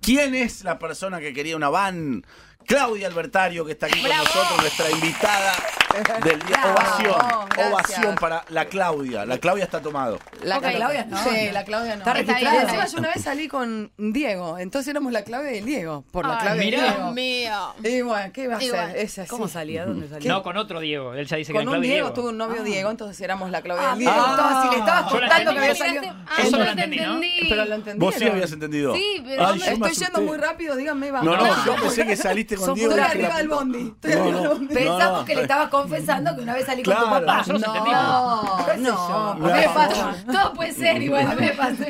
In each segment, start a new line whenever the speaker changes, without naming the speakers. ¿Quién es la persona que quería una van? Claudia Albertario, que está aquí con
¡Bravo!
nosotros, nuestra invitada del día.
Bravo,
Ovación.
gracias.
Ovación para la Claudia. La Claudia está tomado.
La
Ok.
Claudia no.
Sí, la Claudia no.
Está
Está
registrada.
bien.
Encima yo una vez salí con Diego, entonces éramos la Claudia y el Diego, por la
Ay,
Claudia y
mirá.
Diego.
Dios mío.
Y bueno, ¿qué iba a
Y
hacer?
bueno,
Es así.
¿Cómo salía? ¿Dónde salía?
No, con otro Diego. Él ya dice
Con
que era
un
Claudio
Diego,
Diego.
tuvo un novio Diego, entonces éramos la Claudia y el Diego.
Ah.
Entonces, si le estabas
Yo la
contando que
entendí.
había salido.
Ah,
Eso
yo
lo
no te
entendí, ¿no?
entendí.
Pero lo entendieron.
Vos sí habías entendido.
Sí, pero
Ay,
yo
yo me
Estoy yendo
asusté.
muy rápido, díganme, va.
No, no,
No.
yo pensé que saliste con
Sos
Diego.
muy
la
arriba
puta.
del bondi. Estoy
No,
arriba del
no.
bondi.
No,
Pensamos
no.
que le estabas confesando que una vez salí con tu
Claro.
papá.
Nosotros entendimos.
No,
qué sé
no,
yo.
por
Me
favor.
pasó. Todo puede ser igual, no me pasó.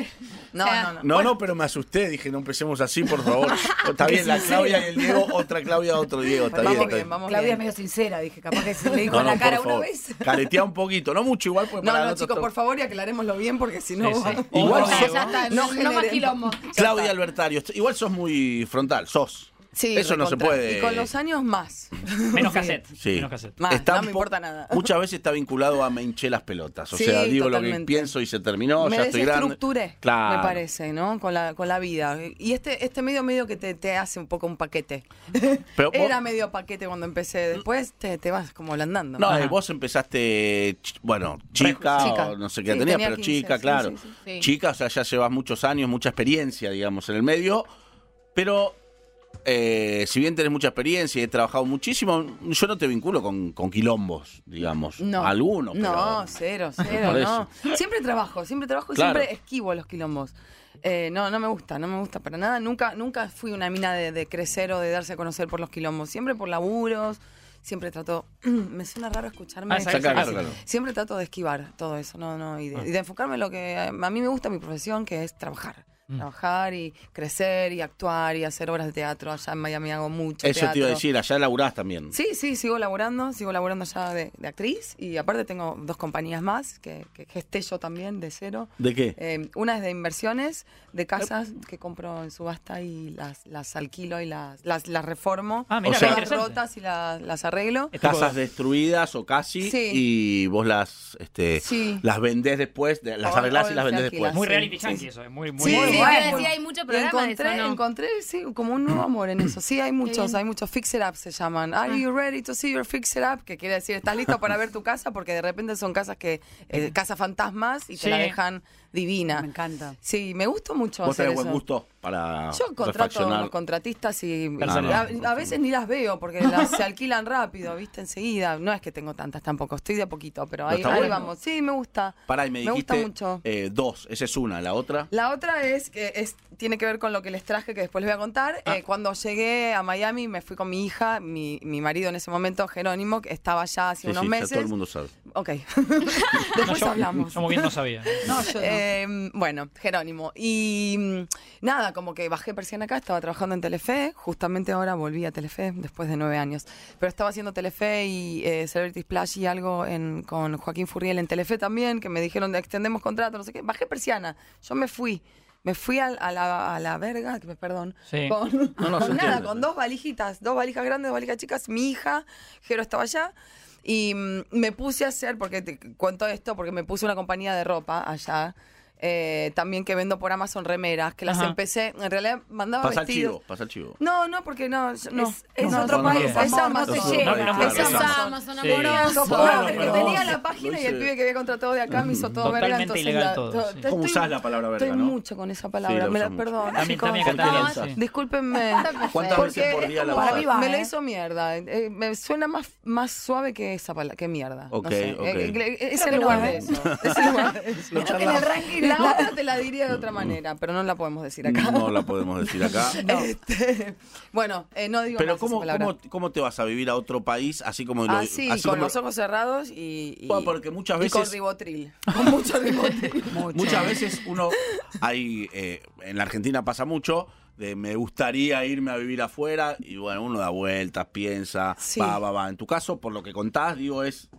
No, no, no.
No, no, pero me asusté. Dije, no empecemos así, por favor. Está bien, la Claudia y el Diego, otra Claudia, otro Diego. Está
Vamos
bien, está
bien, vamos
Claudia
bien.
es medio sincera, dije, capaz que se le dijo
No,
en
no,
la cara
por
una
favor.
vez.
Caretea un poquito, no mucho igual, porque
No,
para
no,
nosotros
chicos, por favor, y aclarémoslo bien porque si no.
Sí, sí.
vamos-
Igual
Ah,
sos-
ya está,
No
no, no más
generen-
quilombo.
Claudia Albertario, igual sos muy frontal, sos.
Sí,
Eso no se
recontra.
puede.
Y con los años más.
Menos
Sí.
cassette.
Sí.
Menos cassette.
Más,
Está
no
un
me
po-
importa nada.
Muchas veces está vinculado a me hinché las pelotas. O
Sí,
sea, digo lo que
totalmente.
pienso y se terminó,
me
ya estoy grande.
desestructuré,
Claro.
me parece, ¿no? Con la, con la vida. Y este, este medio medio que te, te hace un poco un paquete.
Pero vos-
Era medio paquete cuando empecé. Después te, te vas como ablandando.
No, eh, vos empezaste, ch- bueno, chica,
Chica.
o no sé qué
Sí,
tenías,
tenía
pero
15,
chica,
sí,
claro.
sí, sí,
sí.
Chica, o sea, ya llevas muchos años, mucha experiencia, digamos, en el medio. Pero, eh, si bien tenés mucha experiencia y he trabajado muchísimo, yo no te vinculo con, con quilombos, digamos.
No.
Algunos, pero-
No, cero, cero,
Por eso.
no. Siempre trabajo, siempre trabajo y
Claro.
siempre esquivo los quilombos. Eh, no, no me gusta, no me gusta para nada. Nunca, nunca fui una mina de, de crecer o de darse a conocer por los quilombos. Siempre por laburos, siempre trato. me suena raro escucharme.
Ah, esa- esa-
Sacalo,
esa-
sacalo.
Siempre trato de esquivar todo eso, no, no, y
Ah.
de, y de enfocarme en lo que a mí me gusta mi profesión, que es trabajar.
Mm.
Trabajar y crecer y actuar y hacer obras de teatro. Allá en Miami hago mucho.
Eso te iba a
teatro.
decir, allá laburás también.
Sí, sí, sigo laborando, sigo laborando ya de, de actriz y aparte tengo dos compañías más que, que gesté yo también de cero.
¿De qué?
Eh, una es de inversiones, de casas que compro en subasta y las, las alquilo y las, las, las reformo.
Ah,
O
mira,
sea-
las
interesante.
rotas y las, las arreglo.
Es tipo-
Casas destruidas o casi
Sí.
y vos las este,
Sí.
las vendés después, de- las
O-
arreglás
o
y las vendés
alquilás.
después.
Muy
Sí,
reality
sí,
yankee
sí.
eso. Es muy, muy
Sí,
Muy
sí,
bueno.
te decía, hay mucho
Y
programa de
encontré,
eso, ¿no?
encontré, sí, como un nuevo amor en eso. Sí, hay muchos,
bien. Ah.
hay muchos fixer ups se llaman. Are you ready to see your fixer up? Que quiere decir, ¿estás listo para ver tu casa? Porque de repente son casas que, eh, casas fantasmas y te
Sí.
la dejan divina.
Ah.
Me encanta.
Sí, me gusta mucho
Vos
hacer
tenés buen
eso.
gusto para
Yo contrato
refaccionar.
unos contratistas y
Personal.
a, a veces ni las veo porque las, se alquilan rápido, viste, enseguida. No es que tengo tantas tampoco, estoy de a poquito, pero ahí,
está
ahí
bueno.
vamos. Sí, me gusta.
Pará, y me dijiste
gusta mucho.
eh, dos, esa es una, la otra.
La otra es que es, tiene que ver con lo que les traje, que después les voy a contar.
Ah.
Eh, cuando llegué a Miami, me fui con mi hija, mi, mi marido en ese momento, Jerónimo, que estaba ya hace
Sí,
unos
sí, ya
meses.
todo el mundo sabe.
Ok.
No,
después
yo-
hablamos.
Yo muy bien no sabía.
No, yo no.
Eh, bueno, Jerónimo. Y mm, nada, como que bajé persiana acá, estaba trabajando en Telefe, justamente ahora volví a Telefe después de nueve años. Pero estaba haciendo Telefe y eh, Celebrity Splash y algo en- con Joaquín Furriel en Telefe también, que me dijeron extendemos contrato, no sé qué. Bajé persiana, yo me fui. Me fui al- a, la, a la verga, que me- perdón,
Sí.
con,
No, no,
con
se
nada,
entiende.
con dos valijitas, dos valijas grandes, dos valijas chicas, mi hija, Jero estaba allá. Y mm, me puse a hacer, porque te cuento esto, porque me puse una compañía de ropa allá, eh, también que vendo por Amazon remeras, que las
Ajá.
empecé, en realidad mandaba
Pasa el
vestidos.
chivo, pasa el chivo.
No, no, porque no, yo- no.
Es- es
no,
otro
no,
país,
es
amor,
Amazon,
no
te
sí.
llega.
Es
Es
Amazon.
Amazon, son
Sí.
Amoroso,
Eh, Bueno,
pobre,
pero-
que tenía la página
no
y el
sé.
pibe que había contratado de acá me hizo todo
Totalmente
verga. Entonces
ilegal
la-
todo,
to-
sí.
te-
¿Cómo
estoy-
usás la palabra verga,
Estoy
no?
mucho con esa palabra.
Sí, la
me la,
usás mucho.
perdón,
También,
chicos.
también, acá
No,
también, sí.
Discúlpenme.
¿Cuántas
Porque
veces por
es
día la
como-
usás?
Para mí va,
me
¿eh?
lo hizo mierda. Eh, me suena más, más suave que esa palabra, que mierda.
Ok,
no sé.
ok.
Eh, eh, eh, es
Creo
el
que
lugar
no,
de
¿eh?
eso. Es el lugar de eso.
Creo que en el ranking
La
está-
otra te la diría de otra manera, pero no la podemos decir acá.
No la podemos decir acá.
Este, bueno, eh, no digo
Pero
más esa
¿cómo,
palabra. Ah,
cómo, cómo te vas a vivir a otro país así como lo-
Así, con
como-
los ojos cerrados y, y-
Bueno, porque muchas
y con
veces-
ribotril. Con mucho ribotril.
Mucho.
Muchas veces uno hay eh, en la Argentina pasa mucho de me gustaría irme a vivir afuera y bueno, uno da vueltas, piensa,
Sí.
va, va, va. En tu caso, por lo que contás, digo es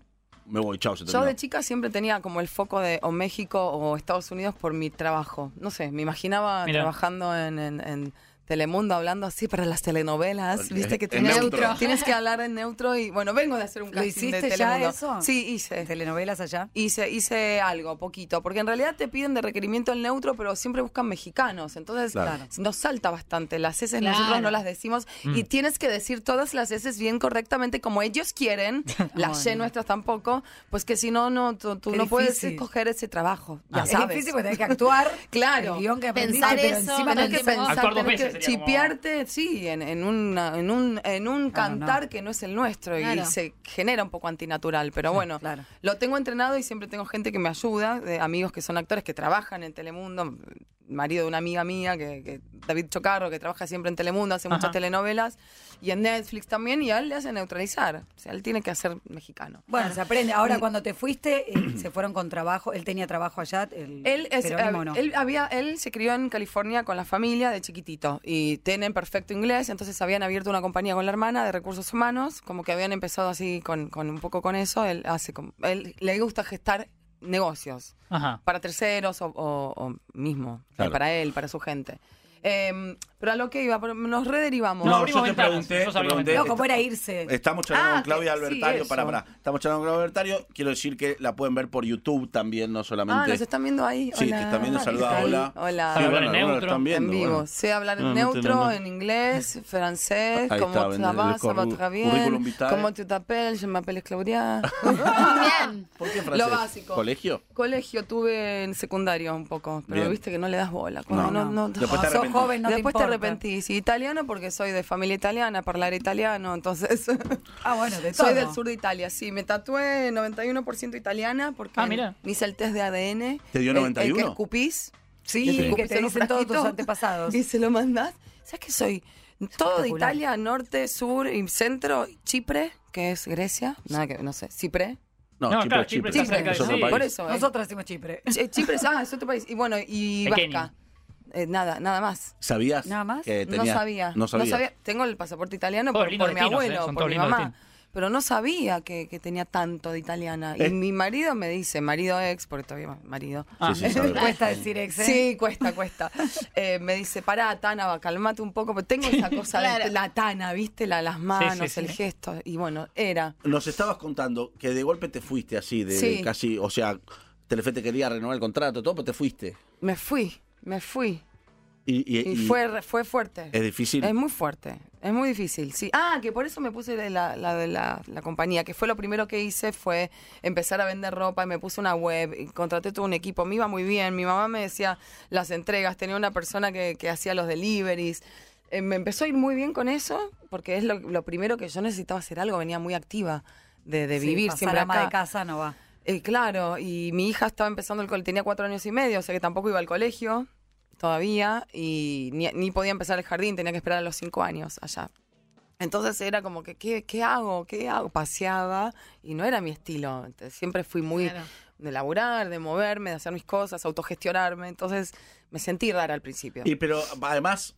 me voy, chao, se
Yo
terminó.
de chica siempre tenía como el foco de o México o Estados Unidos por mi trabajo. No sé, me imaginaba
Mirá.
trabajando en, en- en Telemundo hablando así para las telenovelas,
Ok.
viste que
En
tienes,
neutro.
tienes que hablar en neutro y bueno, vengo de hacer un
¿Lo
casting de
hiciste ya
Telemundo.
eso?
Sí, hice.
¿Telenovelas allá?
Hice, hice algo, poquito, porque en realidad te piden de requerimiento el neutro, pero siempre buscan mexicanos, entonces
Claro.
nos salta bastante. Las heces
Claro.
nosotros no las decimos y tienes que decir todas las heces bien correctamente como ellos quieren, las
Ay,
ye
no.
nuestras tampoco, pues que si no, no tú, tú
Qué
no puedes
difícil. Ah,
coger ese trabajo, ya
es
sabes.
difícil porque tenés que actuar.
Claro.
El guión que aprendiste,
Pensar
pero
eso, pero
encima
Tenés
tenés
que
encima-
pensar,
Actuar dos
tenés que
veces sería como-
chipearte, sí, en, en, una- en un, en un
Claro, no.
cantar que no es el nuestro y-
Claro.
y se genera un poco antinatural, pero bueno,
claro.
lo tengo entrenado y siempre tengo gente que me ayuda, de amigos que son actores que trabajan en Telemundo, marido de una amiga mía, que, que- David Chocarro, que trabaja siempre en Telemundo, hace muchas
Ajá.
telenovelas y en Netflix también, y a él le hace neutralizar, o sea, él tiene que hacer mexicano.
Bueno, se aprende. Ahora, cuando te fuiste, eh, se fueron con trabajo. Él tenía trabajo allá. El
Él, es-
Jerónimo,
eh,
no.
él había, él se crió en California con la familia de chiquitito y tienen perfecto inglés, entonces habían abierto una compañía con la hermana de recursos humanos, como que habían empezado así con, con un poco con eso, él hace como- él le gusta gestar negocios
Ajá.
para terceros o, o- o mismo, eh,
Claro.
para él, para su gente. Em, pero a lo que iba, pero nos rederivamos.
No,
No,
abrimos
yo te
ventanas,
pregunté,
nosotros
te
abrimos
pregunté-
no, como era irse.
Estamos charlando
Ah,
con Claudia
que- sí,
Albertario.
eso.
para, para. Estamos charlando con Albertario. Quiero decir que la pueden ver por YouTube también, no solamente.
Ah, nos están viendo ahí.
Sí,
Hola.
te están viendo,
Ah,
saluda,
está ahí.
hola.
Hola.
Sí,
Hablar
bueno,
en
algunos lo
neutro.
están viendo,
en vivo.
bueno.
Sé hablar en
Ah,
No, no
neutro,
tenemos-
en inglés, francés,
Ahí
como
está,
tu
en el
vas, ça va
curr-
très
currículum
bien,
vitae.
como tu t'appelles, je m'appelle Claudia.
Bien.
¿Por qué francés?
Lo básico.
¿Colegio?
Colegio tuve en secundario un poco, pero
Bien.
viste que no le das bola. cuando
No.
no, no,
Después te
Sos
arrepentís.
joven, no
Después
te,
te
importa.
arrepentís. Y italiano porque soy de familia italiana, hablar italiano, entonces...
Ah, bueno, de todo.
Soy del sur de Italia, sí. Me tatué 91% italiana porque
Ah, mirá.
me hice el test de ADN.
¿Te dio
El- El,
91?
que escupís.
Sí,
Sí.
que
escupís
te
en un
dicen todos tus
frasquito
antepasados.
Y se lo mandás. ¿Sabes qué soy? Todo de
Espectacular.
Italia, norte, sur y centro. Chipre, que es Grecia. Nada que, no sé. Cipre.
No,
No,
Chipre,
claro,
Chipre.
Chipre está
cerca de-
Es otro
sí.
país.
Por eso. eh.
Nosotros decimos Chipre.
Ch- Chipre es, ah, es otro país. Y bueno, y
Pequeño.
Vasca. Eh, nada, nada más.
¿Sabías?
Nada más.
que
No
tenías-
sabía,
Eh, No sabía.
Tengo el pasaporte italiano
Todos
por,
lindos
por mi
destinos, ¿eh?
abuelo,
Son
por
todos
mi
lindos
mamá.
destinos.
Pero no sabía que, que tenía tanto de italiana. Y
Eh.
mi marido me dice, marido ex, porque todavía marido.
Ah.
Sí, sí, sabes.
Cuesta decir ex. ¿eh?
Sí, cuesta, cuesta. Eh, me dice, pará, Tana, calmate un poco, porque tengo esa cosa
Claro.
de la Tana, ¿viste? La, las manos,
sí,
el
sí.
gesto. Y bueno, era.
Nos estabas contando que de golpe te fuiste así, de
Sí.
casi, o sea, Telefe te quería renovar el contrato, todo, pero te fuiste.
Me fui, me fui.
Y, y- Eh,
Y
y
fue, re- fue fuerte.
es difícil.
Es muy fuerte, es muy difícil, sí. Ah, que por eso me puse de la, la de la, la compañía, que fue lo primero que hice fue empezar a vender ropa y me puse una web, y contraté todo un equipo, me iba muy bien, mi mamá me decía las entregas, tenía una persona que, que hacía los deliveries. Eh, me empezó a ir muy bien con eso, porque es lo, lo primero que yo necesitaba hacer algo, venía muy activa de, de
Sí,
vivir
pasar
siempre
ama
acá.
de casa no va.
Eh, claro, y mi hija estaba empezando el colegio, tenía cuatro años y medio, o sea que tampoco iba al colegio todavía y ni, ni podía empezar el jardín, tenía que esperar a los cinco años allá. Entonces era como que, ¿qué, qué hago? ¿Qué hago? Paseaba y no era mi estilo. Entonces, siempre fui muy
Claro.
de laburar, de moverme, de hacer mis cosas, autogestionarme. Entonces me sentí rara al principio.
Y pero además,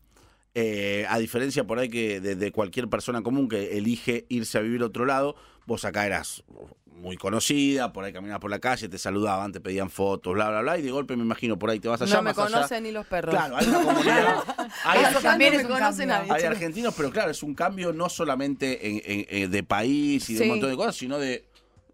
eh, a diferencia por ahí que de, de cualquier persona común que elige irse a vivir a otro lado, vos acá eras muy conocida, por ahí caminabas por la calle, te saludaban, te pedían fotos, bla, bla, bla, y de golpe me imagino por ahí te vas allá.
no me
más allá.
conocen ni los perros.
Claro, hay una comunidad. hay
Allá
Eso
argentinos-
también
no
es
me
un
conoce
cambio.
nadie.
hay
chicos.
argentinos, pero claro, es un cambio no solamente en- en- eh, de país y de
Sí.
un montón de cosas, sino de.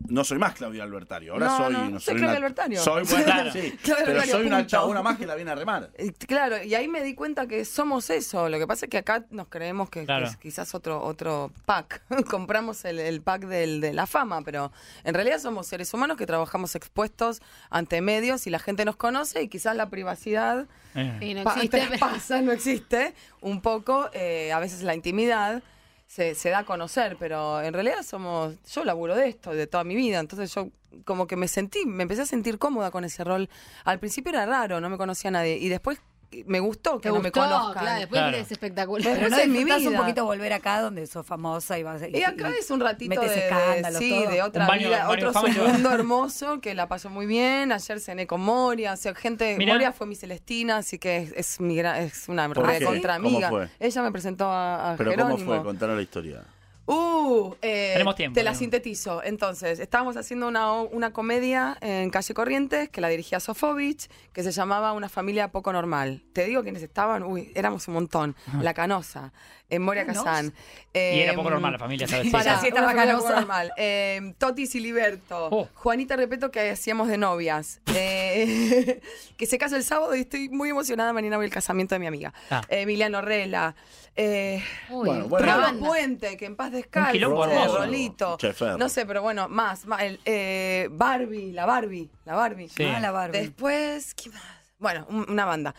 No soy más Claudia Albertario, ahora
No,
soy.
no, soy
soy
Claudia
una-
Albertario.
Soy buena,
Claro.
sí,
Claudia
pero
Albertario,
soy una
punto.
chabona más que la viene a remar.
Eh, Claro, y ahí me di cuenta que somos eso. Lo que pasa es que acá nos creemos que, que
Claro.
es quizás otro otro pack. Compramos el, el pack del, de la fama, pero en realidad somos seres humanos que trabajamos expuestos ante medios y la gente nos conoce y quizás la privacidad
Eh.
Y no
pa-
existe.
te pasa, no existe. Un poco, eh, a veces la intimidad se, se da a conocer, pero en realidad somos. Yo laburo de esto de toda mi vida, entonces yo como que me sentí, me empecé a sentir cómoda con ese rol. Al principio era raro, no me conocía nadie, y después me gustó
Te
que no me
gustó,
conozcan.
claro, después
Claro.
es espectacular.
Pero
Pero no
esa es mi
disfrutás un
vida.
poquito volver acá donde sos famosa y vas
Este,
Y acá es un ratito de,
metes
de-
escándalos,
sí,
todo.
de otra
Un baño-
vida,
baño
otro
de fama y todo.
mundo hermoso que la pasó muy bien. Ayer cené con Moria, o sea, gente,
Mirá.
Moria fue mi Celestina, así que es, es mi gran- es una
¿Por
re
qué?
contra
¿Cómo
amiga.
fue?
Ella me presentó a, a
Pero ¿cómo
Jerónimo.
fue? Contanos la historia.
Uh, eh,
Tenemos tiempo,
Te la
tenemos.
sintetizo. Entonces, estábamos haciendo una, o- una comedia en Calle Corrientes que la dirigía Sofovich, que se llamaba Una familia poco normal. Te digo quiénes estaban. Uy, éramos un montón. La Canosa, eh, Moria
Canosa.
Kazán.
Y era
eh,
poco normal la familia, ¿sabes? Sí,
Para,
sí,
sí.
estaba
una familia poco
Canosa.
normal. Eh, Toti Siliberto,
Oh.
Juanita Repeto que hacíamos de novias, Eh, que se casa el sábado y estoy muy emocionada, mañana voy al casamiento de mi amiga.
Ah.
Eh, Emiliano Rela, eh,
Uy,
Bueno, bueno.
otra
Raúl
banda.
Puente, que en paz descanse.
Un quilombo
eh,
hermoso.
Rolito.
Che, Ferro.
No sé, pero bueno, más. más, el, eh, Barbie, la Barbie, la Barbie.
Sí.
Ah, la Barbie.
Después, ¿qué más? Bueno, un- una banda.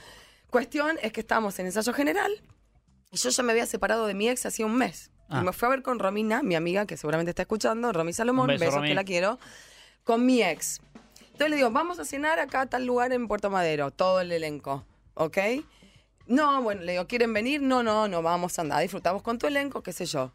Cuestión es que estábamos en ensayo general. y Yo ya me había separado de mi ex hacía un mes.
Ah.
Y me fui a ver con Romina, mi amiga que seguramente está escuchando, Romy Salomón,
Un beso,
besos
Romy.
que la quiero, con mi ex. Entonces le digo, vamos a cenar acá a tal lugar en Puerto Madero, todo el elenco, ¿ok? No, bueno, le digo, ¿quieren venir? No, no, no, vamos a andar, disfrutamos con tu elenco, qué sé yo.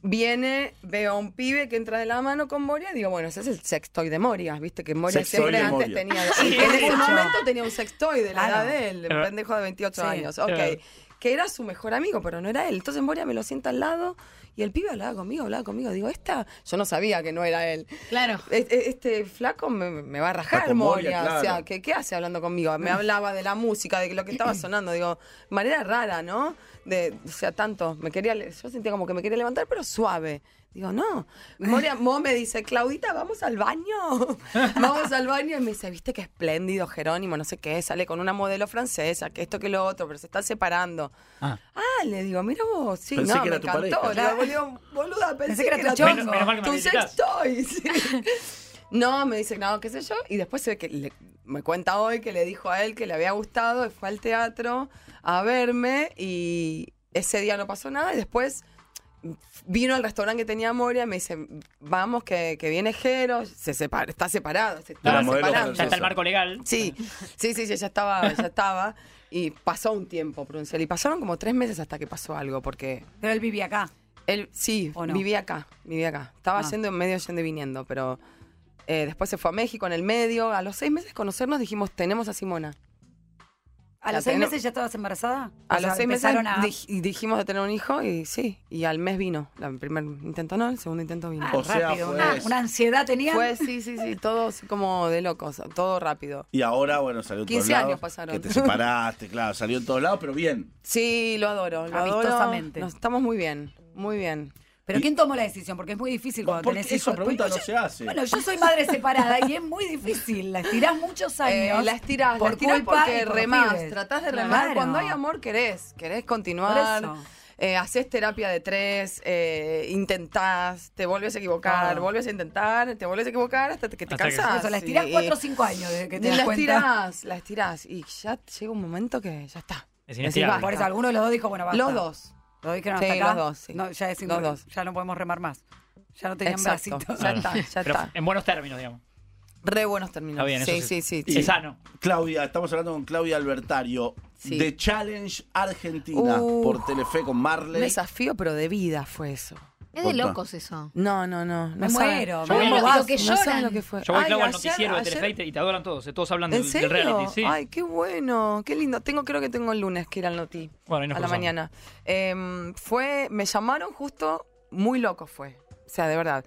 Viene, veo a un pibe que entra de la mano con Moria y digo, bueno, ese es el sextoy de Moria, viste que Moria
Sextoy
siempre
de
antes
Moria.
tenía...
Sí,
en
de
ese
hecho.
momento tenía un sextoy de la edad
Claro.
de él, un
Eh,
pendejo de 28
sí,
años, ok.
eh.
Que era su mejor amigo, pero no era él. Entonces Moria me lo sienta al lado y el pibe hablaba conmigo, hablaba conmigo. Digo, esta, yo no sabía que no era él.
Claro.
Es- es- Este flaco me, me va a rajar,
Flaco Moria,
Moria. O sea,
claro. Mm.
¿qué, qué hace hablando conmigo? Me hablaba de la música, de lo que estaba sonando. Digo, manera rara, ¿no? De, o sea, tanto. Me quería, le- yo sentía como que me quería levantar, pero suave. Digo, no. Moria Mo me dice, Claudita, vamos al baño. Vamos al baño. Y me dice, viste qué espléndido Jerónimo, no sé qué, sale con una modelo francesa, que esto, que lo otro, pero se están separando.
Ah.
Ah, le digo, mira vos, sí,
Pensé
no,
que
me
era tu
encantó.
pareja.
Le digo, boluda, pensé,
que era tu chongo.
tu,
Menos- menos mal que me
tu
visitas.
sex toy, sí. No, me dice, no, qué sé yo. Y después se ve que le- me cuenta hoy que le dijo a él que le había gustado, y fue al teatro a verme y ese día no pasó nada. Y después vino al restaurante que tenía Moria y me dice, vamos, que, que viene Jero, se separa, está separado, se
la
está
modelo
separando.
Ya está el marco legal.
Sí, sí, sí, sí, ya estaba, ya estaba. Y pasó un tiempo, Pruncel. Y pasaron como tres meses hasta que pasó algo, porque
Pero él vivía acá.
él, sí,
¿O no?
vivía acá, vivía acá. Estaba
Ah.
yendo en medio, yendo y viniendo, pero eh, después se fue a México en el medio. A los seis meses de conocernos dijimos, tenemos a Simona.
¿A
La
los seis
tenemos-
meses ya estabas embarazada?
A
O sea,
los seis meses
empezaron a...
dij- dijimos de tener un hijo y sí, y al mes vino. La- El primer intento no, el segundo intento vino.
Ah,
O sea,
rápido,
fue-
una, una ansiedad tenían.
Fue, sí, sí, sí, todo así como de locos, todo rápido.
Y ahora, bueno, salió en todos
15 años
lados,
pasaron.
Que te separaste, claro, salió en todos lados, pero bien.
Sí, lo adoro, lo adoro.
Ah, Amistosamente.
Nos estamos muy bien, muy bien.
Pero ¿quién tomó la decisión? Porque es muy difícil cuando
Porque
tenés
esa
hijos.
pregunta
Porque
no se hace.
Bueno, yo soy madre separada y es muy difícil. La estirás muchos años.
Eh, la estirás,
por
la estirás
culpa
porque
y por los
remás,
pibes.
tratás de remar.
Claro.
Cuando hay amor querés, querés continuar.
Por eso.
Eh, haces terapia de tres, eh, intentás, te vuelves a equivocar,
Claro.
volvés a intentar, te vuelves a equivocar hasta que te
Hasta que-
cansás.
Eso, la estirás
y-
cuatro o cinco años desde que te das
Ah, la
cuenta.
estirás, la estirás. Y ya llega un momento que ya está.
Es
Decís,
inestirable.
basta.
Por eso alguno de los dos dijo, bueno, basta.
Los dos.
Los dos dijeron
Sí,
hasta acá.
los dos, sí.
No, ya, es
Los
inco-
dos.
ya no podemos remar más. Ya no tenían
Exacto.
bracitos.
Ya está, ya
Pero
está.
En buenos términos, digamos.
Re buenos términos.
Está bien, eso
sí,
sí.
sí, sí,
Es
sí.
sano.
Claudia, estamos hablando con Claudia Albertario
Sí.
de Challenge Argentina
Uh.
por Telefe con
Un
Marley.
desafío, pero de vida fue eso.
Es de locos eso.
No, no, no. no
Me
saben.
muero,
me
muero.
Lo que
No saben
lloran.
lo que fue.
Yo voy
Ay,
claro al
ayer-
noticiero de
ayer-
Telefe y te- y te adoran todos. Todos hablando
¿En
del,
serio?
del reality. Sí.
Ay, qué bueno, qué lindo. Tengo, creo que tengo el lunes que ir al Noti.
Bueno, ahí nos
a la
cruzamos.
mañana. Em, fue, me llamaron justo, muy loco fue. O sea, de verdad.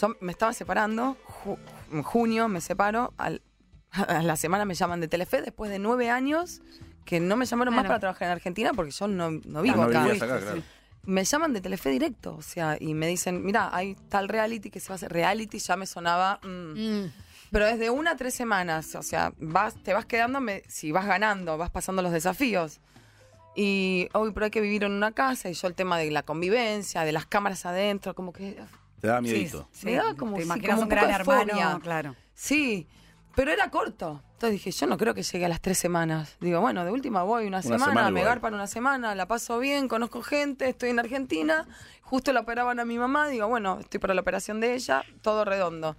Yo me estaba separando, ju- en junio me separo, al- a la semana me llaman de Telefe después de nueve años que no me llamaron más
Claro.
para trabajar en Argentina porque yo no, no
Ah,
vivo
no
acá
vivías acá, claro.
me llaman de Telefe directo, o sea, y me dicen, mira, hay tal reality que se va a hacer reality, ya me sonaba, mm.
Mm.
pero desde una a tres semanas, o sea, vas, te vas quedando, me- si vas ganando, vas pasando los desafíos. Y hoy, pero hay que vivir en una casa, y yo el tema de la convivencia, de las cámaras adentro, como que...
Te da
Sí,
miedito.
sí.
Me daba como-
Te
sí,
imaginas
como
un
un
gran
poco de
hermano.
fobia.
Claro.
Sí, pero era corto. Entonces dije, yo no creo que llegue a las tres semanas. Digo, bueno, de última voy una, semana,
semana
me
igual.
garpan una semana, la paso bien, conozco gente, estoy en Argentina, justo la operaban a mi mamá, digo, bueno, estoy para la operación de ella, todo redondo.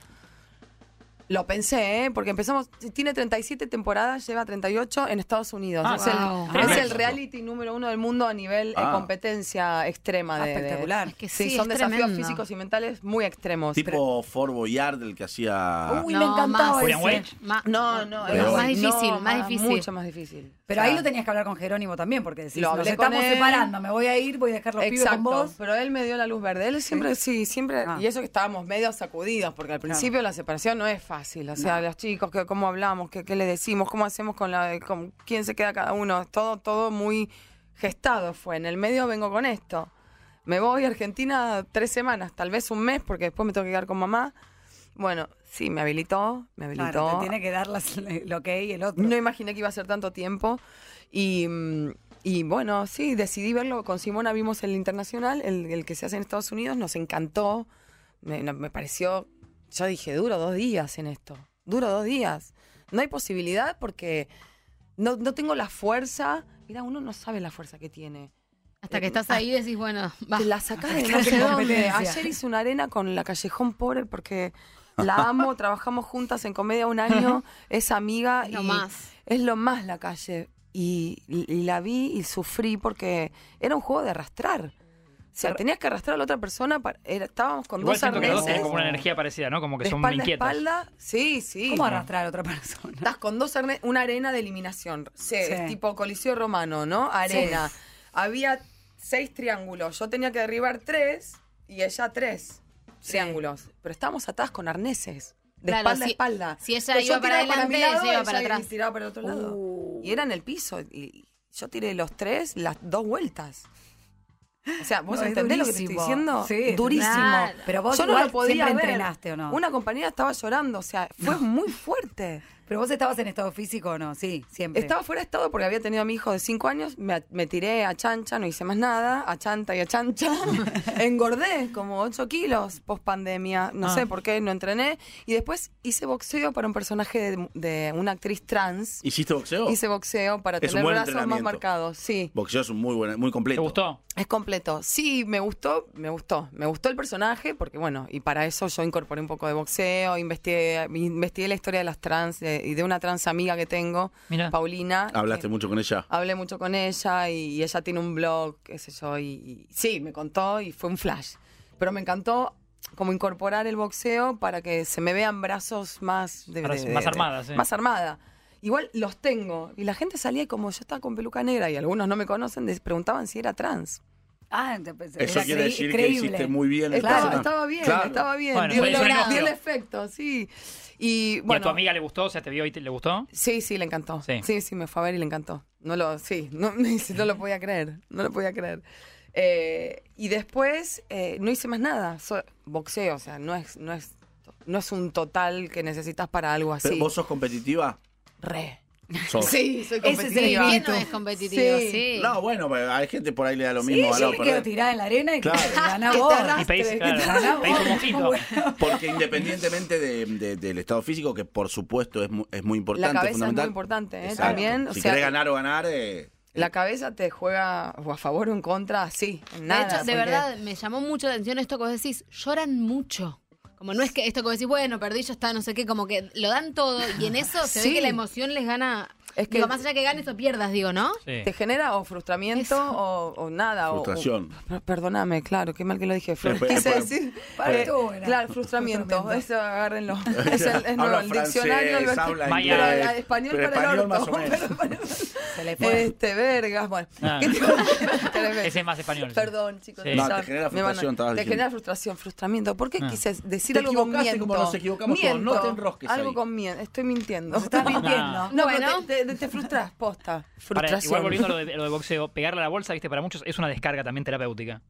Lo pensé, ¿eh? porque empezamos. Tiene 37 temporadas, lleva 38 en Estados Unidos.
Ah,
es,
wow.
el, es el
Tremendo.
reality número uno del mundo a nivel eh,
Ah.
competencia extrema. de-
Ah,
de-
espectacular.
Es que
sí,
sí,
son
es
desafíos
tremendo.
físicos y mentales muy extremos.
Tipo Fort Boyard, el que hacía.
Uy, me encantaba
más.
William Wade.
Ma-
No, no,
Pero-
es más
no,
difícil, más difícil.
Mucho más difícil.
Pero
O sea,
ahí lo tenías que hablar con Jerónimo también, porque decís,
Lo
nos
hablé con
estamos
él.
separando, me voy a ir, voy a dejar los pibes
Exacto,
con vos.
pero él me dio la luz verde. Él siempre, sí, siempre.
Ah.
Y eso que estábamos medio sacudidos, porque al principio la separación no es fácil. O sea, los chicos, que, cómo hablamos, que, qué le decimos, cómo hacemos con la. Con quién se queda cada uno. Todo, todo muy gestado fue. En el medio vengo con esto. Me voy a Argentina tres semanas, tal vez un mes, porque después me tengo que quedar con mamá. Bueno, sí, me habilitó, me habilitó.
Claro, te tiene que dar las, lo que hay el otro.
No imaginé que iba a ser tanto tiempo. Y, mm, y bueno, sí, decidí verlo. Con Simona vimos el internacional, el, el que se hace en Estados Unidos. Nos encantó. Me, no- me pareció, yo dije, duro dos días en esto. Duro dos días. No hay posibilidad porque no, no tengo la fuerza. Mira, uno no sabe la fuerza que tiene.
Hasta que estás ahí decís, bueno, va.
Te la sacás de
Hasta
no
que
sé
la
dónde.
competencia.
Ayer hice una arena con la Callejón Pobre porque la amo, trabajamos juntas en comedia un año, es amiga.
Es lo
y
más.
Es lo más la calle. Y, y la vi y sufrí porque era un juego de arrastrar. O sea, tenías que arrastrar a la otra persona. para- era- estábamos con
Igual
dos
siento que los dos tienen
arneses.
como una energía parecida, ¿no? Como que
de
son
espalda a
inquietos.
espalda. Sí, sí.
¿Cómo arrastrar a otra persona?
Estás con dos arneses, una arena de eliminación. Se-
Sí.
Es tipo Coliseo Romano, ¿no? Arena. Había seis triángulos. Yo tenía que derribar tres y ella tres triángulos. Pero estábamos atadas con arneses. De
Claro,
espalda
si-
a espalda.
si ella
Entonces
iba
yo
para
tiraba mi
adelante,
lado,
ella iba para
ella
atrás.
tiraba para el otro lado.
Uh.
Y era en el piso. Y yo tiré los tres, las dos vueltas. O sea, ¿vos
No, es
entendés lo que te estoy
durísimo.
diciendo?
Sí,
durísimo.
claro.
Pero vos
yo no
igual
lo podía
siempre
ver.
entrenaste, ¿o no?
Una compañera estaba llorando, o sea, fue muy fuerte.
Pero vos estabas en estado físico o no, sí, siempre.
Estaba fuera de estado porque había tenido a mi hijo de 5 años, me, me tiré a chancha, no hice más nada, a chanta y a chancha. Engordé como 8 kilos post pandemia, no
Ah.
sé por qué, no entrené. Y después hice boxeo para un personaje de, de una actriz trans.
¿Hiciste boxeo?
Hice boxeo para
Es un
tener
buen
brazos más
entrenamiento.
marcados, sí.
Boxeo es un muy buen, muy
¿Te
completo.
gustó?
Es completo. Sí, me gustó, me gustó. Me gustó el personaje porque, bueno, y para eso yo incorporé un poco de boxeo, investigué, investigué la historia de las trans eh, y de una trans amiga que tengo,
Mira.
Paulina.
Hablaste
que
mucho con ella.
Hablé mucho con ella y, y ella tiene un blog, qué sé yo, y, y sí, me contó y fue un flash. Pero me encantó como incorporar el boxeo para que se me vean brazos más... De,
Brazos más armadas, sí.
Más armada. Igual los tengo. Y la gente salía y como yo estaba con peluca negra y algunos no me conocen, les preguntaban si era trans.
Ah, te pensé-
Eso
era
quiere
creí-
decir
creíble.
que hiciste muy bien el
Estaba,
personaje.
estaba bien,
Claro.
estaba bien.
Bueno,
dio,
fue
el-
logrado.
dio el efecto, sí. Y
¿Y a
bueno.
tu amiga le gustó? O sea, ¿te vio y te- le gustó?
Sí, sí, le encantó.
Sí.
Sí. sí, me fue a ver y le encantó. No lo, sí, no, me dice, no lo podía creer, no lo podía creer. Eh, y después eh, no hice más nada, so- boxeo, o sea, no es, no es, no es un total que necesitas para algo así.
Pero, ¿Vos sos competitiva?
Re.
Sos.
Sí, soy
Ese es el
competitiva.
¿Quién no es competitivo? Sí.
Sí.
No, bueno, pero hay gente por ahí le da lo
Sí,
mismo. ganó
yo me
o
quedo
perder.
tirada en la arena y
Claro.
que ganá
Que te
vos.
arrastre.
Y pedís,
¿qué
claro,
tal?
pedís un mojito.
Porque independientemente de- de- del estado físico, que por supuesto es, mu- es muy
La
importante,
cabeza es muy
fundamental.
importante, ¿eh?
Exacto.
También. O
Si
sea,
querés ganar o ganar, eh,
La cabeza te juega o a favor o en contra, sí, en nada.
de hecho, de
porque-
verdad, me llamó mucho la atención esto que vos decís, lloran mucho. Como no es que esto que vos decís, bueno, perdí, ya está, no sé qué, como que lo dan todo y en eso se
Sí.
ve que la emoción les gana.
Es que-
digo, más allá que ganes o pierdas, digo, ¿no?
Sí.
Te genera o frustramiento o, o nada. o-
Frustración.
O, per- perdóname, claro, qué mal que lo dije. Flor.
Pero, eh, pero,
Quise
pero,
decir.
pero-
eh,
Pero-
claro, frustramiento.
Frustramiento.
Eso, agárrenlo. Es el, es nuevo,
habla
el
francés,
diccionario. el-
habla
Vaya.
inglés,
pero el español
pero
para
español
el orto.
más o menos.
Se le fue.
Este, vergas, bueno.
Ah.
¿Qué te- Tremendo.
Ese es más español. sí.
Perdón, chicos.
Sí. No,
te genera
me van a-
frustración, estabas
Te
diciendo.
genera frustración, frustramiento. ¿Por qué
Ah.
quise decir
Te
algo con
equivocaste
miento?
como nos equivocamos todos, no
Miento.
te enrosques
Algo
ahí.
con miento. Estoy mintiendo.
Nos estás mintiendo.
No,
Bueno.
pero te, te- te frustras, posta.
Para,
Frustración.
igual volviendo a lo de, lo de boxeo, pegarle a la bolsa, viste, para muchos es una descarga también terapéutica.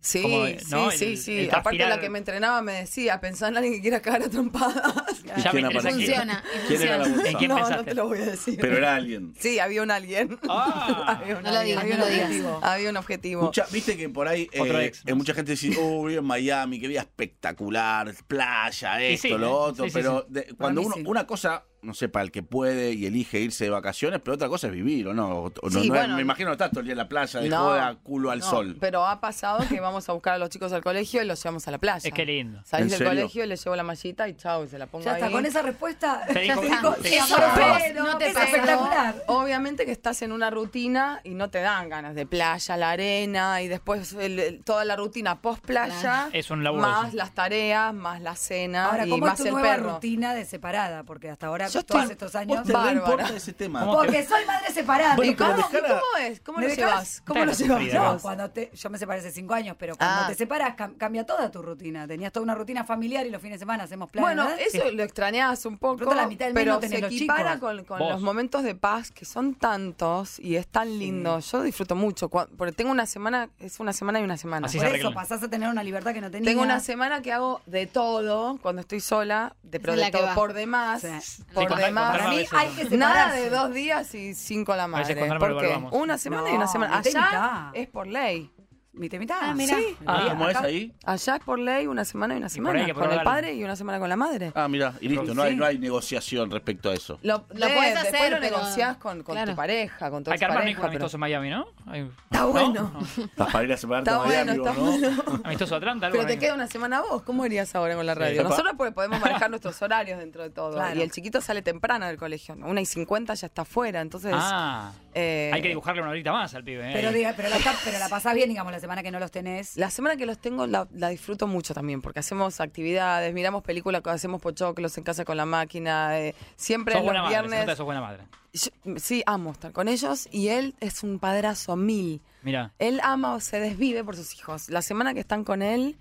Sí,
Como, eh,
sí,
¿no?
sí,
El-
sí.
el
Aparte
transpirar-
la que me entrenaba me decía, pensá en alguien que quiera cagar a trompadas.
¿Y
Ya
quién
me interesa
apareció?
quién-
Funciona, y
¿Quién era la
funciona.
¿En quién
bolsa?
no, no
pensaste?
te lo voy a decir.
Pero era alguien.
Sí, había un alguien.
Ah.
había un
No lo
alguien.
digas,
había
no
un
lo digas.
objetivo. Había un objetivo.
Mucha- Viste que por ahí eh,
Otro ex,
eh,
más.
mucha gente dice, oh, vivo en Miami, que vida espectacular, playa,
Y
esto,
sí,
lo
¿eh?
otro.
Sí, sí,
pero
sí.
de- cuando
mí
uno,
sí.
una cosa no sé, para el que puede y elige irse de vacaciones, pero otra cosa es vivir, ¿o no? O- o no-
Sí,
no es-
bueno.
me imagino que estás todo el día en la playa, de
No,
joda, culo al
no,
sol.
Pero ha pasado que vamos a buscar a los chicos al colegio y los llevamos a la playa.
Es que lindo.
¿En
Salís del
serio?
colegio, les llevo la mallita y chao, y se la pongo
Ya está,
ahí.
con esa respuesta.
Te
ya
dijo-
te digo,
te
sí,
dijo-
amor,
Pero
pero
no te
es
pasó.
espectacular.
Obviamente que estás en una rutina y no te dan ganas de playa, la arena y después el- el- toda la rutina post playa.
Claro.
Es un laburo
Más
eso.
las tareas, más la cena
Ahora,
y
¿cómo es
más
tu
el
nueva
perro.
rutina de separada? Porque hasta ahora,
Yo
todos
estoy-
estos años.
Te re
Bárbara.
importa ese tema. Ah,
¿Cómo
Porque soy madre separada.
Bueno,
¿Y cómo,
pero dejala-
y cómo es? ¿Cómo
¿Me
lo
dejás?
llevas? ¿Cómo
Está
lo
en
llevas?
la
No,
Claro.
cuando te, yo me separé hace cinco años, pero cuando
Ah.
te separas cam- cambia toda tu rutina. Tenías toda una rutina familiar y los fines de semana hacemos planes.
Bueno,
¿verdad?
eso lo extrañas un
Pero
poco,
está la mitad del mes
pero
no tenés
se
los
equipara
chicos.
con, con
Vos.
los momentos de paz que son tantos y es tan lindo. Yo disfruto mucho, cua- porque tengo una semana, es una semana y una semana.
Así
Por
se
eso
arreglan.
pasás a tener una libertad que no tenías.
Tengo una semana que hago de todo cuando estoy sola, de, pero
Esa es la
de
que
todo
va.
por demás,
Sí.
Sí,
por
contá-
Para
contá
demás.
más.
mí hay que separarse.
Nada de dos días y cinco a la
veces
madre.
contame lo que
Porque
volvamos.
una semana y una
No,
semana.
mitad y
Allá
mitad.
es por ley.
Mitad y mitad.
Ah, mira. Sí.
Ah,
Ah,
¿Cómo es ahí?
Allá es por ley una semana y una
por
semana.
ahí hay que
con el
probarlo.
padre y una semana con la madre.
Ah, mira, y listo,
Sí.
no hay, no hay negociación respecto a eso.
Lo,
Lo podés
después
hacer, pero-
lo negociás con, con
claro.
tu pareja, con tu
Hay que armar un
pareja.
vínculo amistoso en Miami, ¿no? Hay-
Está
¿No?
bueno.
Estás para ir a separarte
Está
a Miami,
bueno, está
vos, ¿no?
bueno.
Amistoso Atlanta, algo
Pero te
ahí.
queda una semana a vos. ¿Cómo irías ahora con la radio?
Epa.
Nosotros porque podemos manejar nuestros horarios dentro de todo.
Claro.
Y el chiquito sale temprano del colegio. Una y 50 ya está afuera. Entonces,
Ah,
eh,
hay que dibujarle una horita más al pibe. ¿eh?
Pero, diga, pero, la, está- pero la pasás bien, digamos, la semana que no los tenés.
la semana que los tengo la, la disfruto mucho también. Porque hacemos actividades, miramos películas, hacemos pochoclos en casa con la máquina. eh, siempre
sos
los
buena madre, se
viernes.
nota que sos buena madre.
Yo- sí, amo estar con ellos. Y él es un padrazo mil.
Mira,
Él ama o se desvive por sus hijos. La semana que están con él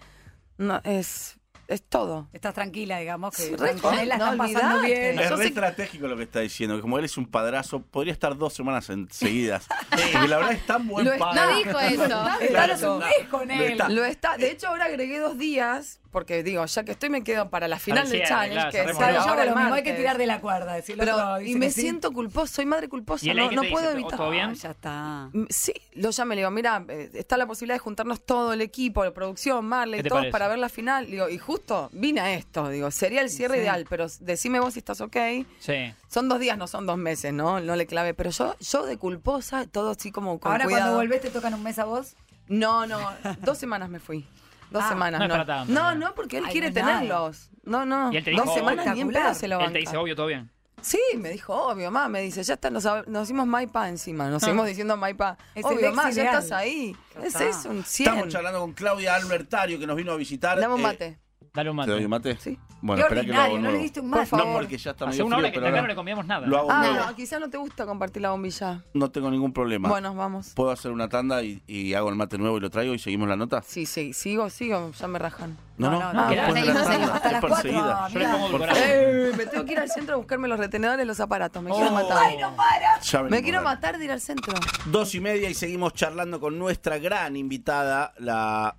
no, es, es todo.
Estás tranquila, digamos, que
Sí,
están
re-
con él la
no
están pasando
olvidate.
bien.
Es
Yo
re
sé-
estratégico lo que está diciendo, que como él es un padrazo, podría estar dos semanas en- seguidas. Porque la verdad es tan buen
Lo es-
padre.
No dijo eso.
Está
Claro,
los
no.
unís con
Lo
él.
está.
Lo está. De hecho, ahora agregué dos días, porque digo, ya que estoy, me quedo para la final
Al
del
cierre,
challenge,
claro,
que es
cerremos.
Claro,
Bueno,
yo
ahora
hago
el
lo mismo, hay que
martes.
tirar de la cuerda. decirlo
Pero,
todo,
y
dice
me
que sí.
siento culposa, soy madre culposa,
¿Y él ahí
no,
qué
no
te
puedo
dice?
evitar.
¿Todo bien?
Ya está.
Mm, Sí, lo llamé, le digo, mira, eh, está la posibilidad de juntarnos todo el equipo, la producción, Marley,
¿Qué te
todos
parece?
para ver la final. Digo, y justo vine a esto, digo, sería el cierre
Sí.
ideal, pero decime vos si estás ok.
sí.
Son dos días, no son dos meses, ¿no? No le clave. Pero yo, yo de culposa, todo así como con
Ahora
cuidado.
cuando volvés te tocan un mes a vos.
No, no, dos semanas me fui. Dos
Ah.
semanas,
No
no.
es para tanto,
no,
no.
no, porque él
Ay,
quiere
no es nada.
tenerlos. No, no.
Y él te
dos
dijo,
semanas ni en
espectacular.
pedo se lo
Él
banca.
te dice, obvio, todo bien.
Sí, me dijo, obvio, ma. Me dice, ya está, nos, hab- nos hicimos maipa encima.
Ah.
Nos seguimos diciendo maipa.
Es el
Obvio,
ex
ma, ya
ideal.
estás ahí.
Ya
Ese
está.
es un 100.
Estamos charlando con Claudia Albertario, que nos vino a visitar.
Dame un
Eh,
mate.
Dale un
¿Te doy
mate.
un mate?
Sí.
Bueno,
Qué
espera que lo hago
ordinario, no le
nuevo.
diste un
Por
mate.
favor.
No, porque ya está
Hace
medio
una hora
frío,
que
pero
también no
ahora
le comíamos nada.
lo hago
Ah,
nuevo.
no, quizás no te gusta compartir la bombilla.
No tengo ningún problema.
Bueno, vamos.
Puedo hacer una tanda y, y hago el mate nuevo y lo traigo y seguimos la nota.
Sí, sí, sigo, sigo, ya me rajan. Ah,
No, no,
No, no,
no,
después de la
seguimos, seguimos
tanda,
hasta
estoy
las cuatro,
perseguida.
Yo le pongo el
Por
corazón.
Eh, me tengo que ir al centro a buscarme los retenedores y los aparatos. Me quiero
Oh.
matar.
Ay,
No para.
Ya venimos,
me quiero
dale.
matar de ir al centro.
Dos y media y seguimos charlando con nuestra gran invitada, la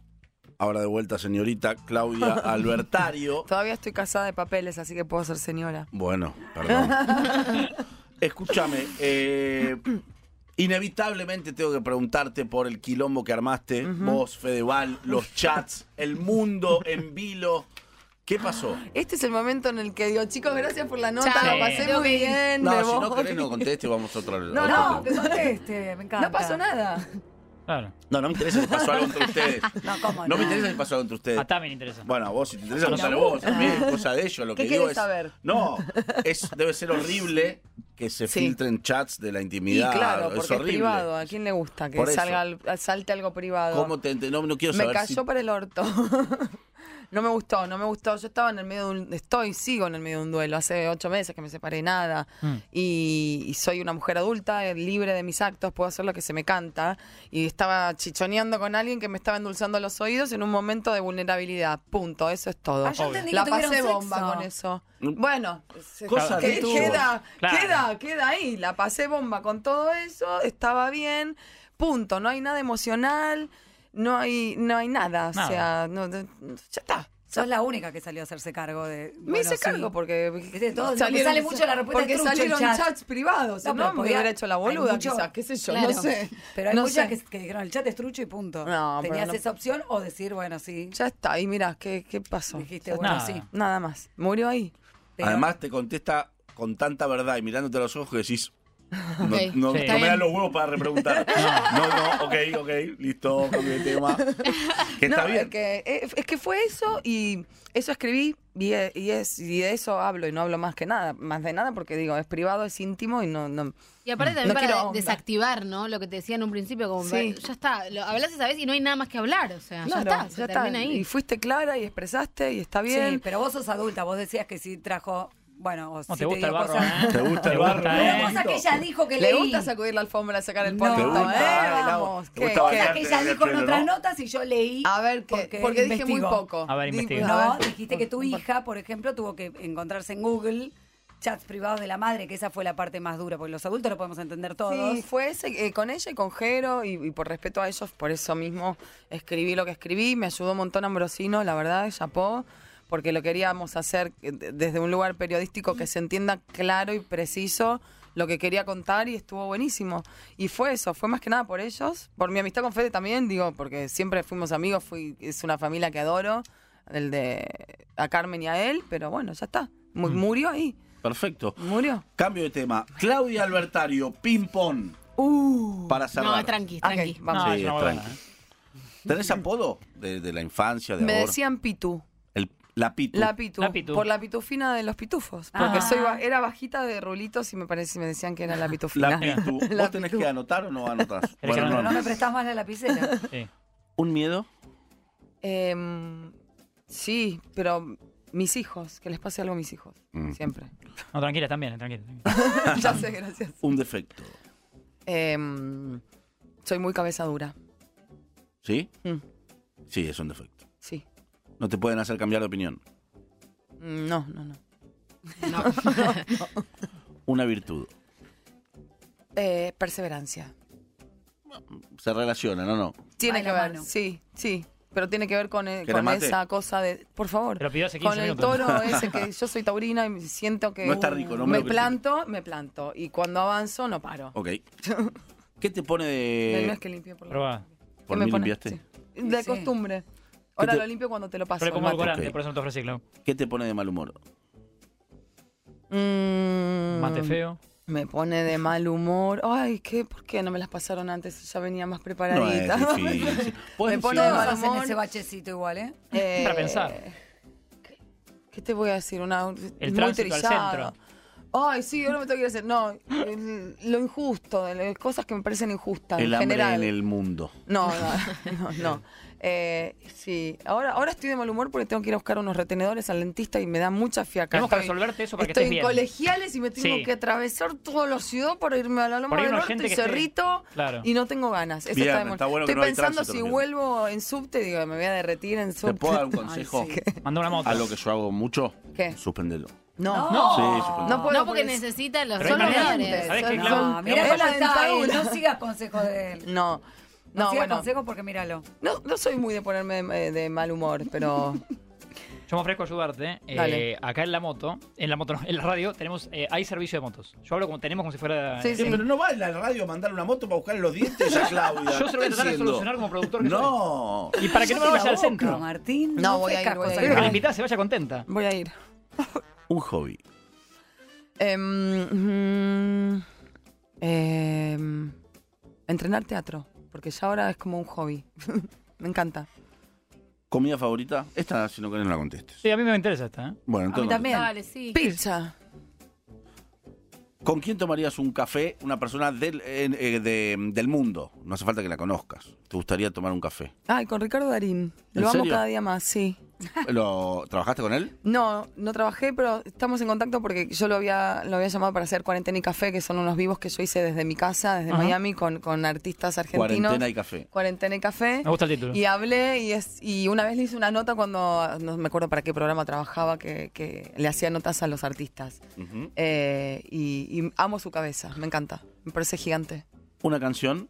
ahora de vuelta señorita Claudia Albertario.
Todavía estoy casada de papeles, así que puedo ser señora.
Bueno, perdón. Escúchame, eh, inevitablemente tengo que preguntarte por el quilombo que armaste, vos, Fedeval, los chats, el mundo en vilo. ¿Qué pasó?
Este es el momento en el que digo, chicos, gracias por la nota,
Chao.
la pasé
Sí.
muy bien.
No,
me
si no
voy.
querés no conteste, vamos a otro, a
No,
otro
No,
tema.
que conteste, me encanta.
No pasó nada.
Claro.
no, no me interesa si pasó algo entre ustedes.
No, ¿cómo
No
no?
me interesa si pasó algo entre ustedes.
A Tami le interesa.
Bueno, a vos si te interesa
Me
contarlo vos,
gusta.
a mí es cosa de ellos. Lo
Ah, ¿Qué
que digo
querés
es.
saber?
No, es, debe ser horrible que se
Sí.
filtren chats de la
Y
intimidad.
claro,
es
porque es,
horrible.
privado. ¿A quién le gusta que
Por eso.
salga, al- salte algo privado?
¿Cómo te ent- no, no quiero
me
saber
cayó para el orto. no me gustó, no me gustó. Yo estaba en el medio de un. Estoy, sigo en el medio de un duelo. Hace ocho meses que me separé nada.
Mm.
Y, y soy una mujer adulta, eh, libre de mis actos, puedo hacer lo que se me canta. Y estaba chichoneando con alguien que me estaba endulzando los oídos en un momento de vulnerabilidad. Punto, eso es todo.
Ah, yo entendí que
La
tuvieron
pasé bomba
sexo.
con eso.
Mm.
Bueno, se-
Cosa
que
de ellos.
queda,
Claro.
queda, queda ahí. La pasé bomba con todo eso, estaba bien, punto. No hay nada emocional, no hay, no hay nada.
Nada.
O sea, no- no- ya está.
Sos la única que salió a hacerse cargo de.
Me
bueno,
hice
sí.
cargo porque,
Dice todo, porque sale mucho la respuesta
porque
trucha en
salieron
chat.
chats privados.
No,
No,
pero
me
podía-
hubiera hecho la
hay
boluda,
mucho-
quizás, qué sé yo, no
Claro.
sé.
Pero hay
no
muchas
sé.
que, que dijeron el chat es trucho y punto.
No, pero
Tenías
no-
esa opción o decir, bueno, sí.
Ya está, y mira, ¿qué, qué pasó?
Dijiste,
Ya
bueno,
nada.
sí.
está. Nada más, murió ahí.
si- Además, te contesta con tanta verdad y mirándote a los ojos que decís. No,
Ok.
no-
Sí.
no
Está
me dan
bien.
los huevos para repreguntar. No, no, ok, ok, listo, cambié de tema. Que está
No,
bien.
Es que, eh, es que fue eso y eso escribí y, eh, y es, y de eso hablo y no hablo más que nada, más de nada porque digo, es privado, es íntimo y no... no.
Y aparte también
Mm. No
para
quiero
de-
onda.
desactivar, ¿no? Lo que te decía en un principio, como
Sí.
para- ya está, lo hablas esa vez y no hay nada más que hablar, o sea,
Claro,
Ah, ya está, se termina ahí.
Y fuiste clara y expresaste y está bien.
Sí, pero vos sos adulta, vos decías que sí trajo, bueno, o
No
sí
te gusta
dio
el barro,
cosas-
¿eh?
Te gusta el barro,
Una
¿eh?
cosa que ella dijo que
Le
leí.
gusta sacudir la alfombra, sacar el
No.
polvo,
Te gusta,
¿eh?
dale, Lau,
Vamos.
te
¿qué-
gusta
qué?
Cosa que ella
Te
dijo en
defiendo,
otras
¿no?
notas y yo leí.
A ver, ¿qué? Porque, dije muy
investigo.
poco.
A ver,
Di-
investiga.
No,
a ver.
dijiste que tu hija, por ejemplo, tuvo que encontrarse en Google chats privados de la madre, que esa fue la parte más dura, porque los adultos lo podemos entender todos.
Sí, fue ese, eh, con ella y con Jero, y, y por respeto a ellos, por eso mismo escribí lo que escribí. Me ayudó un montón Ambrosino, la verdad, chapó, porque lo queríamos hacer eh, de- desde un lugar periodístico que se entienda claro y preciso lo que quería contar y estuvo buenísimo. Y fue eso, fue más que nada por ellos, por mi amistad con Fede también, digo, porque siempre fuimos amigos, fui, es una familia que adoro, el de a Carmen y a él, pero bueno, ya está. Mu- Murió ahí,
Perfecto.
murió.
Cambio de tema. Claudia Albertario, ping-pong. para cerrar.
No, tranqui,
Ok,
tranqui.
vamos.
No,
Sí,
es una muy
Uh. tranqui.
buena,
¿Tenés apodo de, de la infancia, de
Me
ahora?
decían Pitu.
El, la pitu.
La pitu,
La pitu.
Por la pitufina de los pitufos. Porque
Ah.
soy ba- era bajita de rulitos y me parece me decían que era la pitufina.
La pitu. ¿Vos
La
tenés
pitu.
que anotar o no anotás?
Tenés que
Bueno,
Pero
no
no me
anotás.
prestás más la lapicera.
¿eh? sí.
¿Un miedo?
Em, sí, pero mis hijos, que les pase algo a mis hijos.
Mm.
Siempre.
No, tranquila, también, tranquila.
ya sé, gracias.
Un defecto.
Em, soy muy cabeza dura.
¿Sí?
Mm,
Sí, es un defecto.
sí.
No te pueden hacer cambiar de opinión.
Mm, No, no, no.
Una virtud.
Eh, perseverancia.
Se relaciona, ¿no? No.
Tiene
Ay,
que
la
ver,
mano.
sí, sí. Pero tiene que ver con, eh,
¿Querés
con
mate?
esa cosa de. Por favor.
Pero pidió hace 15
con el
minutos.
toro ese que yo soy taurina y me siento que.
No está rico, no me
me,
lo
planto, me planto. Y cuando avanzo, no paro.
Ok. ¿Qué te pone
No
de.
es que limpio por la-
Probá.
¿Qué
¿Por
me
mí
pone?
limpiaste?
Sí. De
Sí.
costumbre. Ahora
te-
lo limpio cuando te lo paso.
Pero como
el mate.
colorante,
Ok.
por eso no te ofrecí, Clau.
¿Qué te pone de mal humor?
Mm,
Mate feo.
Me pone de mal humor. Ay, ¿qué? ¿Por qué no me las pasaron antes? Ya venía más
No es
preparadita.
difícil. ¿Puedes
Me pone
decir-
de mal
Todos hacen
humor.
ese bachecito igual, ¿eh?
Eh,
Para pensar.
¿qué- ¿Qué te voy a decir? Una, muy
tránsito al
trillado.
centro.
Ay, sí, ahora me tengo que ir a hacer. No, el- lo injusto, de las cosas que me parecen injustas
El
en
hambre
general.
en el mundo.
No, no, no. no. Eh, sí, ahora, ahora estoy de mal humor porque tengo que ir a buscar unos retenedores al dentista y me da mucha fiaca.
Tenemos que
Estoy-
resolverte eso para que
Estoy
estés
en
bien.
colegiales y me tengo
Sí.
que atravesar toda la ciudad para irme a la Loma
Por ahí
del
una
Norte
gente
y
que esté-
Cerrito
Claro.
y no tengo ganas. Eso
Bien,
está de mal-
está bueno que
estoy
no hay
pensando
tránsito,
si
lo que-
vuelvo en subte, digo, me voy a derretir en subte.
¿Te puedo dar un consejo?
sí.
Mandó una moto.
A lo que yo hago mucho,
¿Qué?
suspéndelo.
No.
Sí,
No.
suspéndelo.
No puedo.
no porque
es-
necesita los
Pero hay
olores.
maneras. ¿Sabés qué, Clau?
No, mirá
Digamos,
cómo
es la
está él,
dentadura.
no sigas consejos de él.
No.
No,
No,
sigas
bueno.
consejos porque míralo.
No, no soy muy de ponerme de, de mal humor, pero.
Yo me ofrezco a ayudarte. Eh,
Dale.
acá en la moto, en la moto, no, en la radio, tenemos, eh, hay servicio de motos. Yo hablo como tenemos como si fuera.
Sí,
eh,
sí.
no va a la radio a mandar una moto para buscar los dientes a Claudia.
Yo se lo voy
¿Qué
a tratar de
diciendo?
solucionar como productor. que
No.
soy. Y para que no
Cállate
me
la
vaya al
boca,
centro.
Martín,
No,
no
voy a
ofrezcas
ir, voy a
cosas
ir.
Quiero que la
que-
invitada se vaya contenta.
Voy a ir.
Un hobby.
Em, mm, em, entrenar teatro, porque ya ahora es como un hobby. Me encanta.
¿Comida favorita? Esta, si no querés, no la contestes.
Sí, a mí me interesa esta. ¿eh?
Bueno,
A mí
entonces.
también.
Dale, sí.
Pizza.
¿Con quién tomarías un café? Una persona del, en- eh, de- del mundo. No hace falta que la conozcas. ¿Te gustaría tomar un café?
Ay, con Ricardo Darín.
¿En
Lo amo
serio?
cada día más, sí.
¿Lo, ¿Trabajaste con él?
No, no trabajé, pero estamos en contacto porque yo lo había, lo había llamado para hacer Cuarentena y Café, que son unos vivos que yo hice desde mi casa, desde
Ajá.
Miami, con, con artistas argentinos.
Cuarentena y café.
Cuarentena y Café.
Me gusta el título.
Y hablé y, es, y una vez le hice una nota cuando, no me acuerdo para qué programa trabajaba, que, que le hacía notas a los artistas.
Ujú.
Eh, y, y amo su cabeza, me encanta, me parece gigante.
Una canción.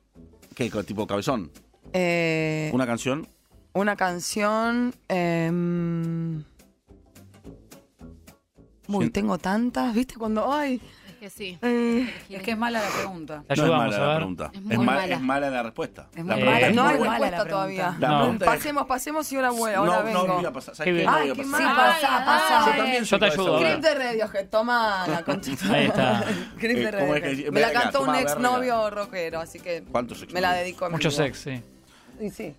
¿Qué? Tipo cabezón.
Eh, una.
Una canción.
canción... em, Uy,
Sí.
tengo tantas, ¿viste? Cuando, ay,
Es que sí.
Es que es mala la pregunta.
Te
No es
ayudamos
mala
a
la
ver.
pregunta.
Es
Es,
muy
ma-
mala.
es mala la respuesta.
Es
la
muy
pregunta
mala.
es
No hay
muy-
mala
respuesta
la
todavía.
pregunta. La
No.
pregunta es-
Pasemos, pasemos y ahora, vuel- ahora
No,
vengo.
no voy a pasar. ¿sabes
Qué
qué?
bien.
No voy
Ay,
a
qué
pasar.
mal.
Ay,
Pasá,
ay.
pasá.
Yo también
Yo
soy
te ayudo
cabeza
ahora.
dura.
Grip de Radiohead, toma la conchita.
Ahí está.
Grip de
Eh, ¿cómo Eh, es que
Radiohead.
dice?
Me la
Verga,
cantó un
toma verga.
exnovio rockero, así que
¿Cuántos exnovios?
me la dedico a
Mucho sex, sí.
Y sí.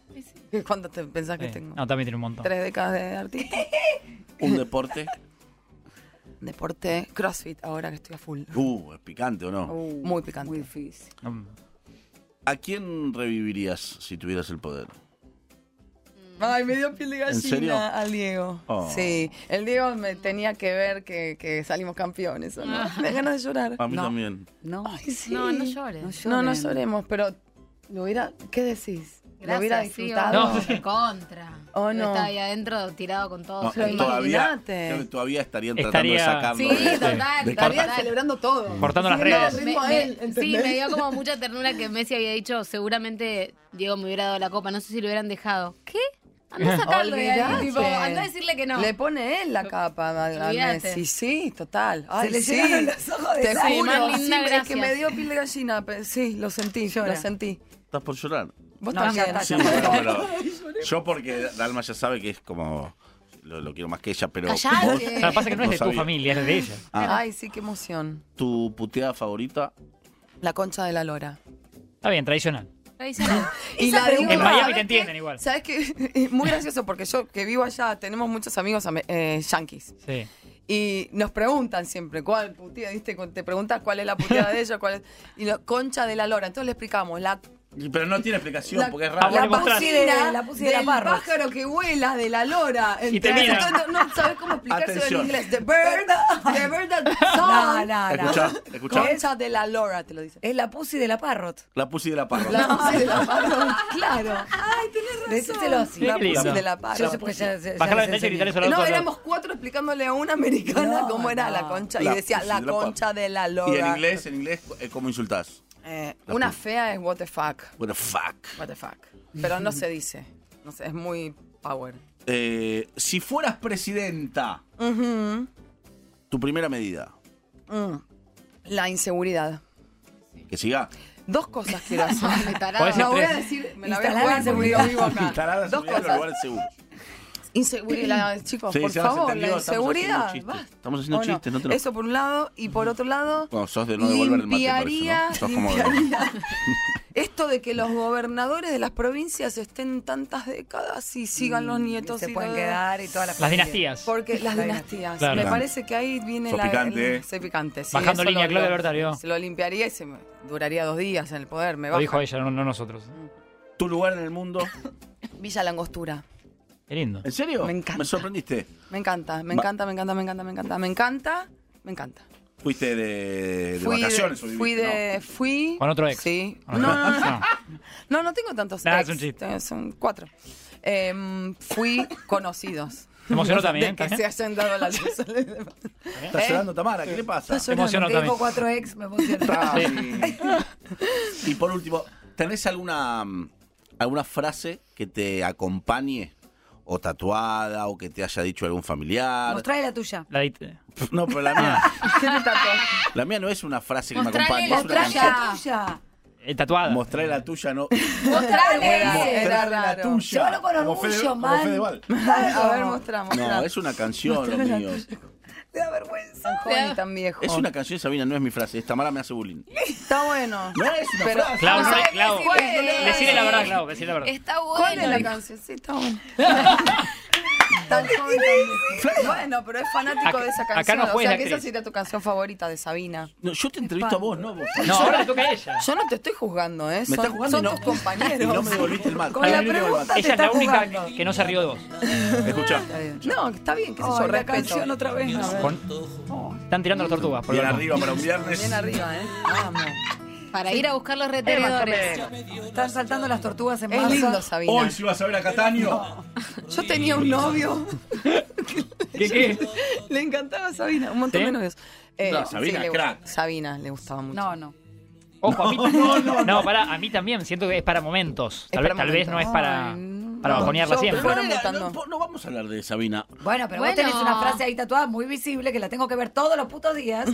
¿Cuánto te pensás que
Sí.
tengo?
No, también tiene un montón.
Tres décadas de artista.
Un deporte.
Deporte, crossfit, ahora que estoy a full.
Uh, es picante o no.
Uh,
Muy picante.
Muy difícil.
Mm.
¿A quién revivirías si tuvieras el poder?
Ay, me dio piel de gallina
serio?
al Diego.
Oh.
Sí, el Diego me tenía que ver que, que salimos campeones, ¿o no? Me da ganas de llorar.
A mí
No.
también.
No,
Ay, sí.
No, no llores.
no
No,
lloren.
no lloremos, pero lo hubiera, ¿qué decís? ¿Lo
Gracias,
hubiera
sí,
disfrutado?
obvio, contra.
Oh, no.
Está ahí adentro tirado con todo.
No,
sí.
Pero
todavía,
imagínate.
creo que todavía estarían
Estaría-
tratando
Sí,
de sacarlo. de-
total,
de-
estarían
corta-
celebrando todo.
Cortando las
Siguiendo
redes.
Me-
ritmo a
me-
él,
sí,
¿entendés?
me dio como mucha ternura que Messi había dicho, seguramente Diego me hubiera dado la copa, no sé si lo hubieran dejado. ¿Qué? Andá a sacarlo de ahí,
Olvidate.
tipo, andá a decirle que no.
Le pone él la capa a, a
Olvidate.
Messi, sí, total. Ay,
le
sí.
llenaron los ojos de
Te
sangre.
juro,
Sí, más linda,
sí, es que
gracias.
me dio piel de gallina, pero sí, lo sentí,
Llora.
lo sentí.
Estás por llorar.
Vos
No,
también.
ya está,
Sí,
ya
bueno, pero yo porque Dalma ya sabe que es como lo, lo quiero más que ella, pero
Callate.
vos-
Lo que pasa es que no es de tu
sabía.
familia, es de ella.
Ah,
Ay, sí, qué emoción.
tu puteada favorita.
La concha de la lora.
Está bien, tradicional.
Ahí sale.
Y
Esa
la de
pregunta-
En
Uva,
Miami
¿sabes
te entienden
qué?
igual.
¿Sabes qué? Es muy gracioso porque yo que vivo allá tenemos muchos amigos ame- eh, yanquis.
Sí.
Y nos preguntan siempre cuál puteada, ¿viste? Cu- Te preguntas cuál es la puteada de ellos, cuál es. Y la concha de la lora. Entonces le explicamos. La,
Y- Pero no tiene explicación
la,
porque es
Ah,
raro.
vos
la
le mostrás.
bocina
La pusi de la
del
parva.
pájaro que vuela de la lora.
Y te
¿entendés?
mira.
Entonces, no, no sabes cómo explicárselo
Atención.
en inglés. The bird, the bird that song.
No, no, no.
Escuchá, escuchá.
Concha de la lora, te lo dice.
Es la pussy de la Parrot.
La pussy de la parra.
La pussí de la parva, claro.
Decítelo así.
Qué
La pussy
lindo.
de la parva.
Yo sé porque ya, ya- ya
Bajar la
les
ventana y gritar
enseñé.
eso al
No,
otro.
éramos cuatro explicándole a una americana
No,
cómo era
no.
la concha.
La
y decía,
pussy
la
de la
concha
parva.
de la lora.
Y en inglés, en inglés, eh, ¿cómo insultás?
Eh,
La
una
pussy.
fea es what the fuck.
Bueno, fuck.
What the fuck. Pero no se dice. No sé, es muy power.
Eh, si fueras presidenta, tu primera medida,
Mm, La inseguridad.
que siga.
Dos cosas quiero hacer.
Me tarado.
Podés
La voy a
Tres.
decir, me la voy a
Instalar
jugar
la
porque
seguridad.
vivo acá.
Instalar la
Dos
seguridad en los
cosas.
lugares seguros.
Inseguridad, chicos,
Sí,
por
ya se
favor, la
entendió, estamos haciendo
inseguridad.
chistes.
basta.
Estamos haciendo
¿O no?
chistes, no te lo-
Eso por un lado, y por otro lado,
Bueno, sos de no devolver el mate, parece,
limpiaría,
¿no? Sos como de-
limpiaría esto de que los gobernadores de las provincias estén tantas décadas y sigan los nietos
Mm, Se
y
pueden
todo.
quedar y todas las
Las dinastías.
Porque las
Claro.
dinastías.
Claro.
Me parece que ahí viene
Sos
la.
picante,
el-
¿eh?
soy picante. sí,
Bajando
eso
línea,
lo-
Claudia
lo-
Bertario.
Se lo limpiaría y se me duraría dos días en el poder. Me
Lo
baja.
dijo ella, no, no nosotros.
Tu lugar en el mundo.
Villa Langostura.
Qué lindo.
¿En serio?
Me encanta.
Me sorprendiste.
Me encanta,
Va-
me encanta, me encanta, me encanta, me encanta. Me encanta, me encanta.
Fuiste de, de
Fui de-
vacaciones. o
Fui
viviste,
de. Fui.
Con otro ex.
Sí.
Con
No,
otro
no, no.
ex.
no. No, no tengo tantos
Nah,
ex,
es un chiste.
tengo- Son cuatro. Em, fui conocidos.
¿Te emocionó
De
también?
que
también?
se hayan dado la luz.
¿no? Estás llorando, Tamara. ¿Qué le pasa?
¿Eh? Estás
Te emocionó
Porque dijo
también.
4X, me emociona.
Está-
Sí.
Y por último, ¿tenés alguna, mm, alguna frase que te acompañe? O tatuada, o que te haya dicho algún familiar.
Mostrale la tuya.
La dit-
No, pero la mía,
¿Qué te tatuó?
la mía no es una frase que
Mostrale
me
la
acompañe.
Mostrá
Mostrale
es una canción.
la tuya.
eh, tatuada.
Mostraré la tuya, no.
Mostrale.
Era
Mostraré la
raro.
tuya.
Llévalo con
Como
orgullo,
Fede- como
man.
Fedeval.
A ver, mostrá, mostrá.
No, es una canción, lo mío.
Te da vergüenza.
Tan joven y tan viejo.
Es una canción, Sabina, no es mi frase. Esta mala me hace bullying.
Está bueno.
No es una
Pero-
frase.
Clau,
No
no,
sabés
Clau.
qué decirle.
Decirle la verdad, Clau, decirle la verdad.
Está bueno.
¿Cuál es la canción? Sí, está bueno. Tan joven, tan viejo. Bueno, pero es fanático
Acá-
de esa
acá
canción.
no
o
juegues
sea,
la
que esa
actriz.
sería tu canción favorita de Sabina.
No, yo te entrevisto a vos, no vos.
No, ahora le toca a ella.
Yo no te estoy juzgando, ¿eh?
Me
son
estás jugando
son
y no-
tus compañeros.
y no me devolviste el mate.
Con la
Ay, no me
pregunta
devolviste.
te
Ella es la
estás
única
jugando.
que, que no se rió de vos.
Escuchá.
No, está bien, qué sé yo,
Ay, la
respeto.
canción otra vez. A ver.
Con- Están tirando las tortugas. Por
Bien
lo menos.
arriba para un viernes.
Bien arriba, ¿eh? Vamos.
Para ir a buscar los retenedores.
Están saltando las tortugas en
Es
marzo.
lindo, Sabina.
Hoy si vas a ver a Cataño.
Yo tenía un novio,
¿Qué, qué?
le encantaba Sabina, un montón
¿Sí?
de novios. Eh,
No, Sabina,
le-
crack.
Sabina le gustaba mucho.
No, no.
Ojo, a mí, no, pará, a mí también siento que es para momentos.
Es
Tal, vez,
para
tal vez no es para,
momentos. Ay,
para
No,
bajonearla
yo-
siempre.
Fueron
Pero era-
mutando.
no, no vamos a hablar de Sabina.
Bueno, pero
Bueno.
vos tenés una frase ahí tatuada muy visible que la tengo que ver todos los putos días.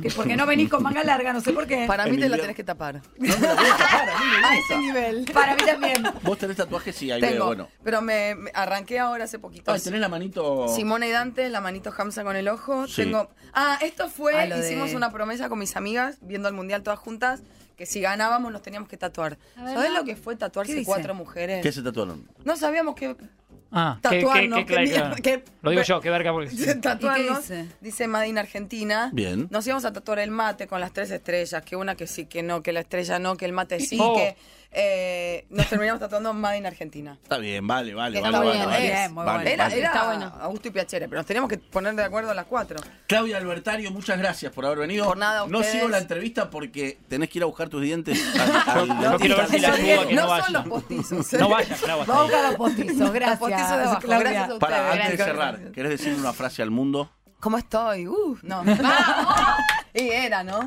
Que porque no venís con manga larga, no sé por qué.
Para mí te la
Emilio.
tenés que tapar.
No me la voy a tapar, a mí me
A
gusta.
ese nivel.
Para mí también.
Vos tenés tatuajes, sí, ahí veo,
Tengo,
bueno.
pero me, me arranqué ahora hace poquito.
Ay, tenés la manito.
Simona y Dante, la manito Hamza con el ojo.
Sí.
Tengo. Ah, esto fue.
Ah, lo de-
hicimos una promesa con mis amigas viendo el mundial todas juntas que si ganábamos nos teníamos que tatuar.
A ver,
¿Sabes
no.
lo que fue tatuarse
¿Qué dice?
cuatro mujeres?
¿Qué se tatuaron?
No sabíamos que
Ah, qué- qué-
tatuarnos.
qué
qué
claro,
mierda,
claro.
qué-
Lo digo
ve-
yo, qué verga. Porque...
tatuarnos.
¿Y qué dice?
dice? Madina Argentina.
Bien.
Nos íbamos a tatuar el mate con las tres estrellas, que una que sí, que no, que la estrella no, que el mate sí,
Oh.
que eh, nos terminamos tatuando Madina Argentina.
Está bien, vale, vale,
Está
vale,
muy
vale,
bien,
vale.
bien, muy
Vale,
bueno.
eh, Era,
vale.
era
Está bueno.
a gusto y piacere, pero nos teníamos que poner de acuerdo a las cuatro.
Claudia Albertario, muchas gracias por haber venido.
Por nada, a
no
ustedes.
sigo la entrevista porque tenés que ir a buscar tus dientes. al- al
No quiero ver si la
dentista.
ayuda que no
no
vaya.
son los postizos. ¿eh?
No vayas, Clau, hasta
Vamos
ahí.
a los postizos, gracias.
Los postizos de abajo,
Claudia.
gracias a ustedes.
Para, antes de
Gracias.
cerrar, ¿querés decir una frase al mundo?
¿Cómo estoy? Uh, no. y era, ¿no?